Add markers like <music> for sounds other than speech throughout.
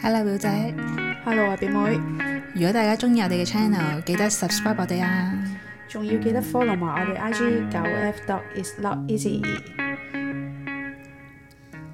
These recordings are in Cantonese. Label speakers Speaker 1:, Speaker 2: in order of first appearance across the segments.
Speaker 1: Hello 表姐，
Speaker 2: Hello 啊，表妹，
Speaker 1: 如果大家中意我哋嘅 channel，記得 subscribe 我哋啊！
Speaker 2: 仲要記得 follow 埋我哋 IG 九 F dot is not easy。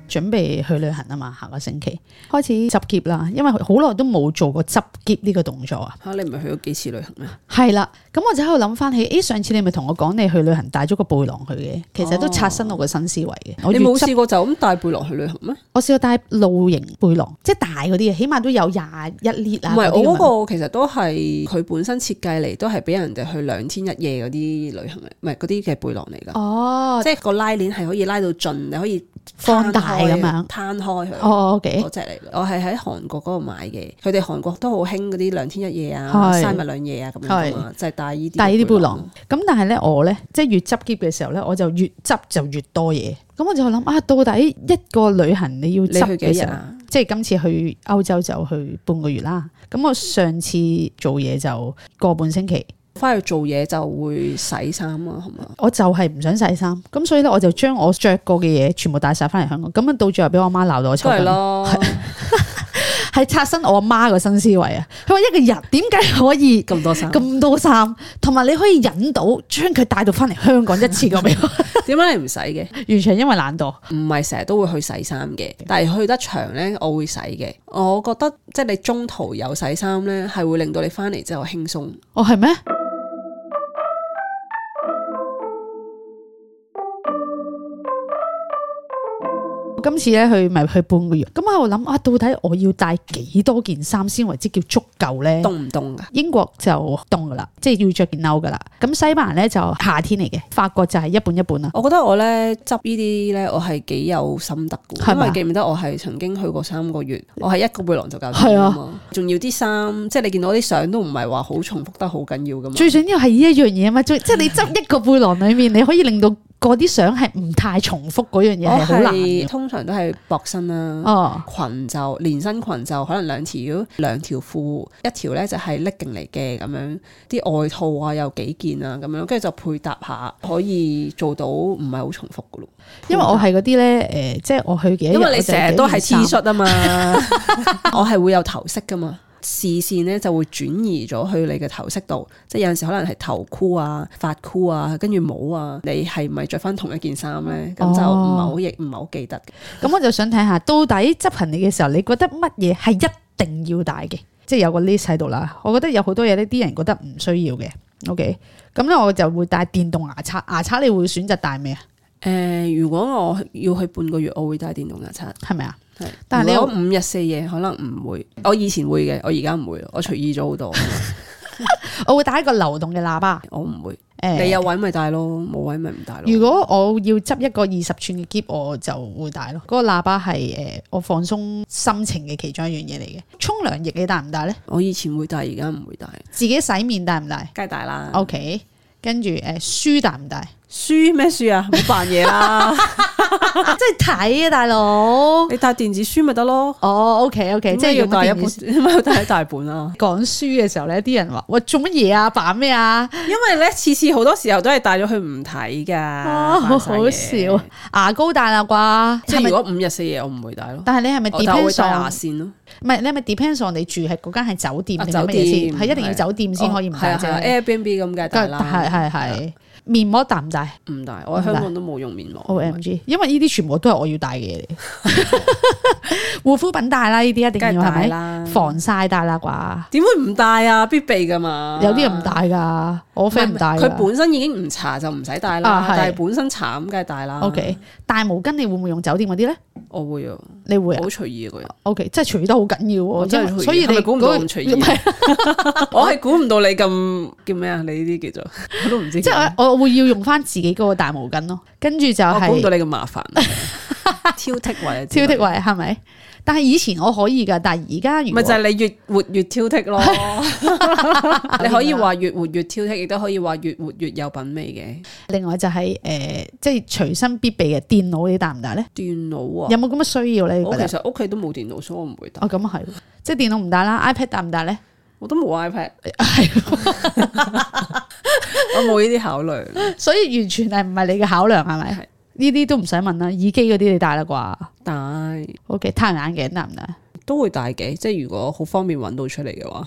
Speaker 3: 準備去旅行啊嘛，下個星期開始執篋啦，因為好耐都冇做過執篋呢個動作啊。
Speaker 4: 嚇、你唔係去咗幾次旅行咩？
Speaker 3: 係啦，咁我就喺度諗翻起，咦，上次你咪同我講你去旅行帶咗個背囊去嘅，其實都刷新我個新思維嘅。我
Speaker 4: 哦你
Speaker 3: 越
Speaker 4: 冇
Speaker 3: 執
Speaker 4: 試過就咁帶背囊去旅行咩？
Speaker 3: 我試過帶露營背囊，即係大嗰啲嘅，起碼都有廿一列
Speaker 4: 唔
Speaker 3: 啊。啲咁
Speaker 4: 係，我
Speaker 3: 樣
Speaker 4: 嗰個其實都係佢本身設計嚟，都係俾人哋去兩天一夜嗰啲旅行嚟，唔係嗰啲嘅背囊嚟㗎。
Speaker 3: 哦
Speaker 4: 即係個拉鏈係可以拉到盡，你可以
Speaker 3: 放大
Speaker 4: 攤開
Speaker 3: 咁樣
Speaker 4: 攤開佢。
Speaker 3: 哦，OK，
Speaker 4: 嗰只嚟㗎，我係喺韓國嗰度買嘅，佢哋韓國都好興嗰啲兩天一夜啊、
Speaker 3: 係
Speaker 4: 三日兩夜啊咁樣㗎嘛，就係帶呢啲
Speaker 3: 帶呢啲背囊。咁但係咧，我咧即係越執篋嘅時候咧，我就越執就越多嘢。咁我就諗啊，到底一個旅行你要
Speaker 4: 你去
Speaker 3: 執嘅
Speaker 4: 幾日
Speaker 3: 時候？
Speaker 4: 啊？
Speaker 3: 即係今次去歐洲就去半個月啦。咁我上次做嘢就個半星期，
Speaker 4: 翻去做嘢就會洗衫啊，係嘛？
Speaker 3: 我就係唔想洗衫，咁所以咧我就將我着過嘅嘢全部帶晒翻嚟香港。咁樣到最後俾我媽鬧到我
Speaker 4: 都
Speaker 3: 抽
Speaker 4: 係
Speaker 3: 筋，
Speaker 4: 咯，
Speaker 3: <laughs> 係刷新我阿媽個新思維啊！佢話一個人點解可以
Speaker 4: 咁多衫。
Speaker 3: 咁多衫，同埋你可以忍到將佢帶到翻嚟香港一次過未？
Speaker 4: 點解你唔洗嘅？
Speaker 3: <laughs> 完全因為懶惰。
Speaker 4: 唔係成日都會去洗衫嘅，
Speaker 3: 嗯
Speaker 4: 但係去得長呢，我會洗嘅。我覺得即係你中途有洗衫呢，係會令到你翻嚟之後輕鬆。
Speaker 3: 哦，係咩？我今次咧去咪去半個月，咁我喺度諗啊，到底我要帶幾多件衫先為之叫足夠呢？
Speaker 4: 凍唔凍㗎？
Speaker 3: 英國就凍噶啦，即係要着件褸噶啦。咁西班牙咧就夏天嚟嘅，法國就係一半一半啦。
Speaker 4: 我覺得我呢執呢啲呢，我係幾有心得嘅，
Speaker 3: 係
Speaker 4: 因
Speaker 3: 咪啊嗯
Speaker 4: 為記唔記得我係曾經去過三個月，我係一個背囊就搞掂啊嘛。仲要啲衫，即係你見到啲相都唔係話好重複得好緊要㗎嘛。
Speaker 3: 最緊要係呢一樣嘢啊嘛，最即係你執一個背囊裡面，你可以令到嗰啲相係唔太重複嗰樣嘢
Speaker 4: 我
Speaker 3: 係好難
Speaker 4: 係
Speaker 3: 嘅。
Speaker 4: 通常都係薄身啦。
Speaker 3: 哦，
Speaker 4: 裙就連身裙就可能兩條兩條褲，一條咧就係 legging 嚟嘅咁樣，啲外套啊有幾件啊咁樣，跟住就配搭下，可以做到唔係好重複噶咯。
Speaker 3: 因為我係嗰啲咧，誒，即係我去嘅一日，
Speaker 4: 因為
Speaker 3: 我
Speaker 4: 你
Speaker 3: 就
Speaker 4: 成日都係
Speaker 3: 幾
Speaker 4: T
Speaker 3: 件衫
Speaker 4: 恤啊嘛，
Speaker 3: <laughs>
Speaker 4: 我係會有頭飾噶嘛。視線咧就會轉移咗去你嘅頭飾度，即係有陣時可能係頭箍啊、髮箍啊、跟住帽啊，你係咪着翻同一件衫咧？咁就唔係好亦唔係好記得嘅。
Speaker 3: 咁我就想睇下，到底執行李嘅時候，你覺得乜嘢係一定要帶嘅？即係有個 list 喺度啦。我覺得有好多嘢呢啲人覺得唔需要嘅。OK，咁咧我就會帶電動牙刷。牙刷你會選擇帶咩啊？
Speaker 4: 誒、呃如果我要去半個月，我會帶電動牙刷。
Speaker 3: 係咪啊？
Speaker 4: 係
Speaker 3: 但係你
Speaker 4: 如
Speaker 3: 又
Speaker 4: 果五日四夜可能唔會，我以前會嘅，我而家唔會咯，我隨意咗好多，
Speaker 3: 我會帶一個流動嘅喇叭。
Speaker 4: 我唔會。
Speaker 3: 誒、
Speaker 4: 你有位咪帶咯，冇位咪唔帶咯。
Speaker 3: 如果我要執一個二十寸嘅篋，我就會帶咯。嗰、個喇叭係誒、我放鬆心情嘅其中一樣嘢嚟嘅。沖涼液你帶唔帶咧？
Speaker 4: 我以前會帶，而家唔會帶，
Speaker 3: 自己洗面帶唔帶
Speaker 4: 梗係帶啦。
Speaker 3: ？OK，跟住誒書帶
Speaker 4: <laughs>
Speaker 3: 唔帶？
Speaker 4: 書咩書啊？唔好扮
Speaker 3: <laughs>
Speaker 4: 嘢啦，
Speaker 3: 即係睇啊，大佬。
Speaker 4: 你帶電子書咪得咯。
Speaker 3: 哦，OK OK，即係
Speaker 4: 要
Speaker 3: 用
Speaker 4: 帶
Speaker 3: 帶
Speaker 4: 一
Speaker 3: 一
Speaker 4: 本，
Speaker 3: 本。
Speaker 4: 點解要帶一大本啊？
Speaker 3: 講書嘅時候咧，啲人話：喂，做乜嘢啊？扮咩啊？
Speaker 4: 因為咧，次次好多時候都係帶咗佢唔睇㗎。
Speaker 3: 啊，好好笑啊。！牙膏帶啦啩，
Speaker 4: 即
Speaker 3: 係
Speaker 4: 係
Speaker 3: 咪
Speaker 4: 如？果五日四夜，我唔會帶咯。
Speaker 3: 但係你係咪
Speaker 4: 我但我會
Speaker 3: depends
Speaker 4: 帶牙
Speaker 3: on？
Speaker 4: 線咯，
Speaker 3: 唔係你係咪 depends on 你住係嗰間係酒店
Speaker 4: 啊
Speaker 3: 定係
Speaker 4: 酒
Speaker 3: 乜嘢
Speaker 4: 店
Speaker 3: 先？係一定要酒店先可以唔帶
Speaker 4: 係啊係啊
Speaker 3: 啫。
Speaker 4: Airbnb 咁梗係帶
Speaker 3: 係
Speaker 4: 啦，啊
Speaker 3: 係係面膜帶唔帶
Speaker 4: 唔帶，我喺香港都冇用面膜。
Speaker 3: ？O M G，因為呢啲全部都係我要帶嘅嘢
Speaker 4: <laughs>
Speaker 3: 嚟。護膚品帶啦，呢啲一定
Speaker 4: 梗係
Speaker 3: 要
Speaker 4: 帶
Speaker 3: 係咪？
Speaker 4: 啦，
Speaker 3: 防曬帶啦啩，
Speaker 4: 點會唔帶啊？必備噶嘛，
Speaker 3: 有啲人唔帶㗎，我 friend 唔帶㗎。
Speaker 4: 佢本身已經唔搽就唔使帶啦
Speaker 3: 啊，係
Speaker 4: 但係本身啊搽咁梗係帶啦。
Speaker 3: O K，大毛巾你會唔會用酒店嗰啲咧？
Speaker 4: 我會啊，
Speaker 3: 你會啊
Speaker 4: 好隨意啊個人，
Speaker 3: ？O K，即係除得好緊要
Speaker 4: 我
Speaker 3: 喎，
Speaker 4: 真
Speaker 3: 因
Speaker 4: 係隨
Speaker 3: 為
Speaker 4: 意
Speaker 3: 所以
Speaker 4: 係咪
Speaker 3: 你
Speaker 4: 估唔
Speaker 3: 嗰
Speaker 4: 到
Speaker 3: 個
Speaker 4: 咁隨意
Speaker 3: 唔係
Speaker 4: <laughs> 我係估唔到你咁叫咩啊？你呢啲叫做 <laughs> 我都唔知
Speaker 3: 即
Speaker 4: 叫咩，
Speaker 3: 係我我會要用翻自己嗰個大毛巾咯，跟住就
Speaker 4: 我估唔到
Speaker 3: 係
Speaker 4: 你咁
Speaker 3: <laughs>
Speaker 4: 麻煩，挑剔位，
Speaker 3: 挑剔。位係咪？但係以前我可以㗎，但係而家如果
Speaker 4: 咪就係你越活越挑剔
Speaker 3: <laughs>
Speaker 4: 咯， <laughs> 你可以話越活越挑剔，亦都可以話越活越有品味
Speaker 3: 另外就係誒，即係隨身必備嘅電腦你帶唔帶咧？
Speaker 4: 嘅電腦啊
Speaker 3: 有。冇咁嘅需要咧？你
Speaker 4: 我
Speaker 3: 覺
Speaker 4: 其
Speaker 3: 得？
Speaker 4: 實屋企都冇電腦，所以我唔會帶。
Speaker 3: 哦，咁啊係，即係電腦唔帶啦，iPad 帶唔
Speaker 4: <laughs>
Speaker 3: 帶咧？
Speaker 4: 我都冇 iPad，
Speaker 3: 係， <laughs>
Speaker 4: 我冇呢啲考慮。
Speaker 3: 所以完全係唔係你嘅考量係咪
Speaker 4: 係？
Speaker 3: 呢啲都唔使問啦，耳機嗰啲你帶啦啩
Speaker 4: 但係
Speaker 3: ？O K，太陽眼鏡帶唔帶？
Speaker 4: 都會大嘅，即係如果好方便揾到出嚟
Speaker 3: <laughs>
Speaker 4: 嘅話，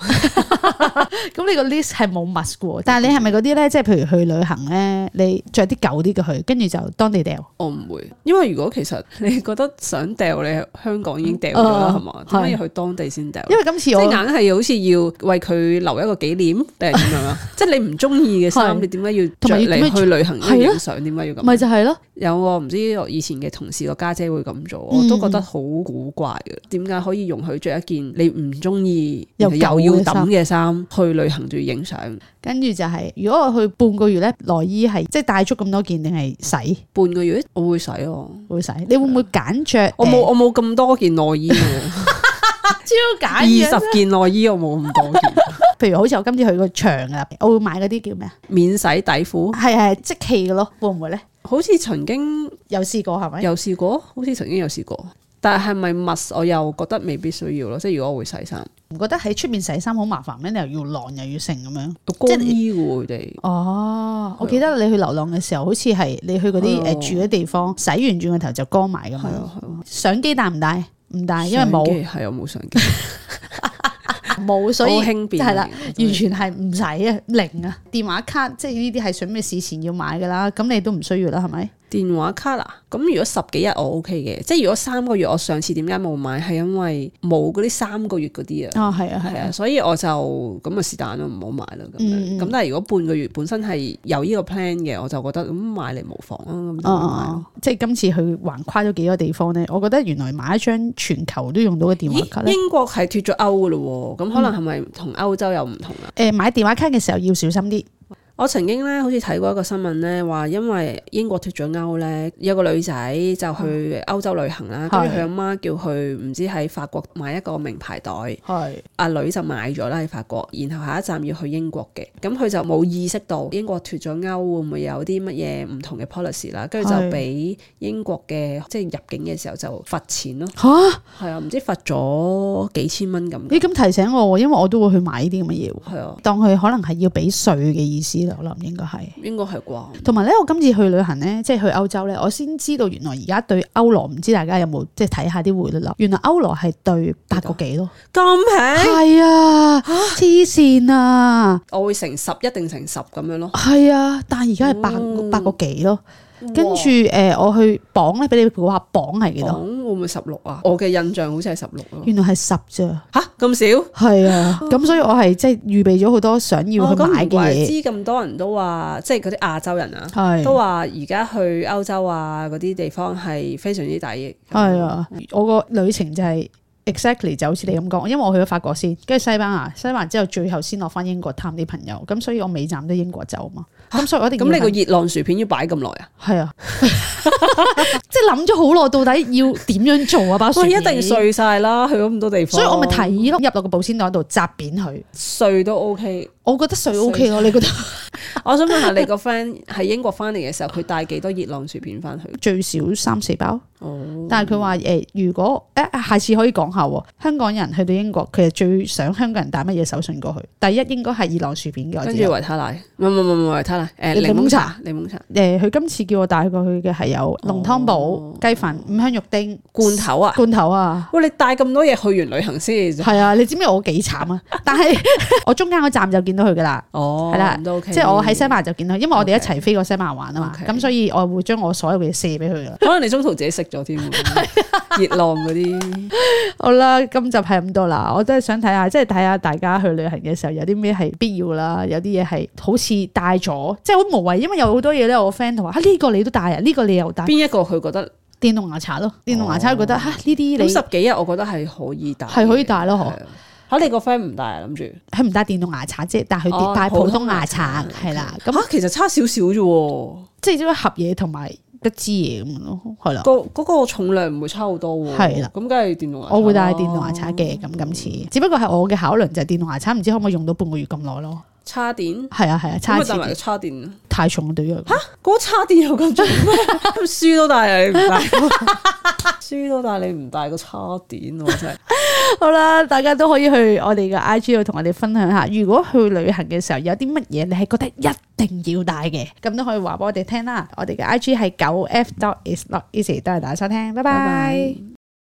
Speaker 3: 咁你個 list 係冇 must 嘅喎，但係你係咪嗰啲咧？即係譬如去旅行咧，你着啲舊啲嘅去，跟住就當地掉。
Speaker 4: 我唔會，因為如果其實你覺得想掉，你喺香港已經掉咗啦，
Speaker 3: 嗯
Speaker 4: 係嘛？點解
Speaker 3: 係
Speaker 4: 要去當地先掉咧？
Speaker 3: 因為今次
Speaker 4: 即係
Speaker 3: 我
Speaker 4: 硬係好似要為佢留一個紀念定係點樣
Speaker 3: <laughs>
Speaker 4: 啊？即係你唔中意嘅衫，
Speaker 3: 係
Speaker 4: 你點解要
Speaker 3: 同埋要
Speaker 4: 着
Speaker 3: 點
Speaker 4: 嚟
Speaker 3: 樣
Speaker 4: 去旅行
Speaker 3: 係
Speaker 4: 要
Speaker 3: 咯
Speaker 4: 影相？點解要
Speaker 3: 咪
Speaker 4: 咁？
Speaker 3: 就係咯，
Speaker 4: 有我唔知我以前嘅同事個家姐會咁做，
Speaker 3: 嗯
Speaker 4: 我都覺得好古怪嘅。點解可以容許着一件你唔中意
Speaker 3: 又
Speaker 4: 然後
Speaker 3: 舊
Speaker 4: 又要
Speaker 3: 嘅衫
Speaker 4: 抌嘅衫去旅行仲要影相？
Speaker 3: 跟住就係、如果我去半個月咧，內衣係即係帶足咁多件定係洗
Speaker 4: 半個月我會洗我，
Speaker 3: 會洗？你會唔會揀着？
Speaker 4: 我冇
Speaker 3: 呃
Speaker 4: 我冇咁多件內
Speaker 3: <laughs>
Speaker 4: 衣喎，
Speaker 3: 超
Speaker 4: 二
Speaker 3: 簡約
Speaker 4: 十件內衣我冇咁多件，
Speaker 3: 譬如好似我今次去個場啊，我會買嗰啲叫咩啊？
Speaker 4: 免洗底褲，
Speaker 3: 係係即棄嘅咯，會唔會咧？
Speaker 4: 好似曾經
Speaker 3: 有試過係咪？
Speaker 4: 有試過，好似曾經有試過，但係咪 must 我又覺得未必需要咯。即係如果我會洗衫，
Speaker 3: 唔覺得喺出面洗衫好麻煩咩？你又要晾又要剩咁樣。
Speaker 4: 乾衣嘅喎佢哋。
Speaker 3: 哦，我記得你去流浪嘅時候，好似係你去嗰啲
Speaker 4: 係
Speaker 3: 誒
Speaker 4: 啊
Speaker 3: 住嘅地方，洗完轉個頭就乾埋咁樣。
Speaker 4: 係啊係啊，
Speaker 3: 相機帶唔帶？唔帶，因為冇
Speaker 4: 相機係啊冇相機，
Speaker 3: 冇， <laughs> 所以
Speaker 4: 好輕便
Speaker 3: 係啦，
Speaker 4: 真係
Speaker 3: 完全係唔使啊，零啊。電話卡即係呢啲係準備事前要買㗎啦，咁你都唔需要啦，係咪？
Speaker 4: 電話卡啦，咁如果十幾日我 OK 嘅，即係如果三個月我上次點解冇買係因為冇嗰啲三個月嗰啲啊，
Speaker 3: 哦，係啊，
Speaker 4: 係啊，，所以我就咁啊是但咯，唔好買啦咁
Speaker 3: 嗯
Speaker 4: 樣。咁但係如果半個月本身係有呢個 plan 嘅，我就覺得咁嗯買嚟無妨啊，咁
Speaker 3: 哦
Speaker 4: 就
Speaker 3: 哦
Speaker 4: 買咯
Speaker 3: 哦，即係今次去橫跨咗幾個地方咧，我覺得原來買一張全球都用到嘅電話卡嗯
Speaker 4: 咦，
Speaker 3: 咧，
Speaker 4: 英國係脱咗歐嘅咯喎，咁可能係咪同歐洲又唔同啊？
Speaker 3: 誒買電話卡嘅時候要小心啲，
Speaker 4: 我曾經咧，好似睇過一個新聞咧，話因為英國脱咗歐咧，有個女仔就去
Speaker 3: 嗯
Speaker 4: 歐洲旅行啦，跟住
Speaker 3: 係
Speaker 4: 佢阿媽叫佢唔知喺法國買一個名牌袋，
Speaker 3: 係
Speaker 4: 阿女就買咗啦喺法國，然後下一站要去英國嘅，咁佢就冇意識到英國脱咗歐會唔會有啲乜嘢唔同嘅 policy 啦，跟住
Speaker 3: 係
Speaker 4: 就俾英國嘅即係入境嘅時候就罰錢咯，
Speaker 3: 嚇。
Speaker 4: 係啊，唔知罰咗幾千蚊咁，
Speaker 3: 咦，咁提醒我喎，因為我都會去買呢啲咁嘅嘢喎，
Speaker 4: 係啊，
Speaker 3: 當佢可能係要俾税嘅意思啦，我諗應該係。
Speaker 4: 應該係啩。
Speaker 3: 同埋咧，我今次去旅行咧，即係去歐洲咧，我先知道原來而家對歐羅，唔知大家有冇即係睇下啲匯率啦。原來歐羅係對八個幾咯，
Speaker 4: 咁平，
Speaker 3: 係啊，黐線啊，
Speaker 4: 我會乘十一定乘十咁樣咯。
Speaker 3: 係啊，但係而家係
Speaker 4: 哦
Speaker 3: 八八個幾咯。跟
Speaker 4: 哇
Speaker 3: 住誒，我去磅咧，俾你估下磅係幾
Speaker 4: 講
Speaker 3: 多？
Speaker 4: 會唔會十六啊？我嘅印象好似係十六咯。
Speaker 3: 原來係十咋，
Speaker 4: 吓咁少？
Speaker 3: 係啊，咁所以我係即係預備咗好多想要
Speaker 4: 哦
Speaker 3: 去
Speaker 4: 咁
Speaker 3: 買
Speaker 4: 唔怪
Speaker 3: 嘅
Speaker 4: 知
Speaker 3: 嘢，
Speaker 4: 咁多人都話，即係嗰啲亞洲人啊，
Speaker 3: 係
Speaker 4: 都話而家去歐洲啊嗰啲地方係非常之抵。
Speaker 3: 係啊，我個旅程就係 exactly 就好似你咁講，因為我去咗法國先，跟住西班牙，西班牙之後最後先落翻英國探啲朋友，咁所以我尾站都英國走嘛，咁所以我一定要
Speaker 4: 咁你個
Speaker 3: 係
Speaker 4: 熱浪薯片要擺咁耐啊？
Speaker 3: 係啊， <laughs> 即係諗咗好耐，到底要點樣做啊？包薯
Speaker 4: 喂，
Speaker 3: 片
Speaker 4: 一定，碎晒啦，去咗咁多地方。
Speaker 3: 所以我咪提議咯，入落個保鮮袋度扎扁佢，
Speaker 4: 碎都 OK。
Speaker 3: 我覺得碎 OK 咯，你覺得 <laughs>
Speaker 4: 我想問下你個 friend 喺英國翻嚟嘅時候，佢帶幾多熱浪薯片翻去？
Speaker 3: 最少三四包？
Speaker 4: 哦，
Speaker 3: 但係佢話誒，如果誒、下次可以講下喎，香港人去到英國，佢係最想香港人帶乜嘢手信過去？第一應該係熱浪薯片嘅，我
Speaker 4: 跟
Speaker 3: 知
Speaker 4: 住
Speaker 3: 道。
Speaker 4: 維他奶，唔係唔係唔係維他奶，誒
Speaker 3: 啊檸檬
Speaker 4: 檸檬
Speaker 3: 茶
Speaker 4: 茶，檸檬茶
Speaker 3: 誒，呃佢今次叫我帶過去嘅係有濃湯寶、雞飯、五香肉丁、
Speaker 4: 罐頭啊！
Speaker 3: 罐頭啊，
Speaker 4: 喂，你帶咁多嘢去完旅行先。
Speaker 3: 係啊！你知唔知我幾慘啊？ <laughs> 但係我中間嗰站就見到佢噶啦，
Speaker 4: 哦，
Speaker 3: 係啦
Speaker 4: 咁都 OK。
Speaker 3: 即係我喺西班牙就見到，因為我哋一
Speaker 4: OK
Speaker 3: 齊飛過西班牙玩啊嘛，
Speaker 4: OK
Speaker 3: 咁所以我會將我所有嘅嘢卸俾佢噶。
Speaker 4: 可能你中途自己食
Speaker 3: <laughs>
Speaker 4: 咗添喎，
Speaker 3: 啊
Speaker 4: 熱浪嗰啲。
Speaker 3: 好啦，今集係咁多啦，我都係想睇下，即係睇下大家去旅行嘅時候有啲咩係必要啦，有啲嘢係好似帶咗，即係好無謂，因為有好多嘢咧，我 friend 同話啊呢個你都帶啊，呢個你又帶，
Speaker 4: 邊一個佢覺得
Speaker 3: 電動牙刷咯，電動牙刷覺得嚇呢啲
Speaker 4: 咁
Speaker 3: 你
Speaker 4: 十幾日，我覺得係可以帶嘅，
Speaker 3: 係可以帶咯嗬
Speaker 4: 係啊。嚇你個 friend 唔帶啊？諗住
Speaker 3: 佢唔帶電動牙刷啫，但係佢
Speaker 4: 哦
Speaker 3: 帶普
Speaker 4: 普
Speaker 3: 通
Speaker 4: 通
Speaker 3: 牙
Speaker 4: 牙
Speaker 3: 刷
Speaker 4: 刷
Speaker 3: 係啦，咁
Speaker 4: 嚇，其實差少少啫喎，
Speaker 3: 即係一盒嘢同埋一支嘢咁樣咯，係啦。
Speaker 4: 個嗰個重量唔會差好多喎。
Speaker 3: 啊係啦
Speaker 4: 咁梗係電動牙刷啦。
Speaker 3: 我會帶電動牙刷嘅，咁今次，只不過係我嘅考量就係電動牙刷唔知可唔可以用到半個月咁耐咯。
Speaker 4: 叉電，
Speaker 3: 係啊係啊，
Speaker 4: 咁
Speaker 3: 差
Speaker 4: 咪
Speaker 3: 錢
Speaker 4: 帶埋個
Speaker 3: 啲
Speaker 4: 叉電。啊
Speaker 3: 太重對於我嚟講。
Speaker 4: 嗰個叉電又咁重咩？
Speaker 3: <laughs>
Speaker 4: 書都帶你唔帶，書都帶你唔帶個叉電喎，真係。
Speaker 3: 好啦，大家都可以去我哋嘅 I G 度同我哋分享下，如果去旅行嘅時候有啲乜嘢你係覺得一定要帶嘅，咁都可以 E 話俾我哋聽啦。我哋嘅 I G 係九 F dot is not easy，多謝大家收聽，拜
Speaker 4: 拜
Speaker 3: 拜
Speaker 4: 拜。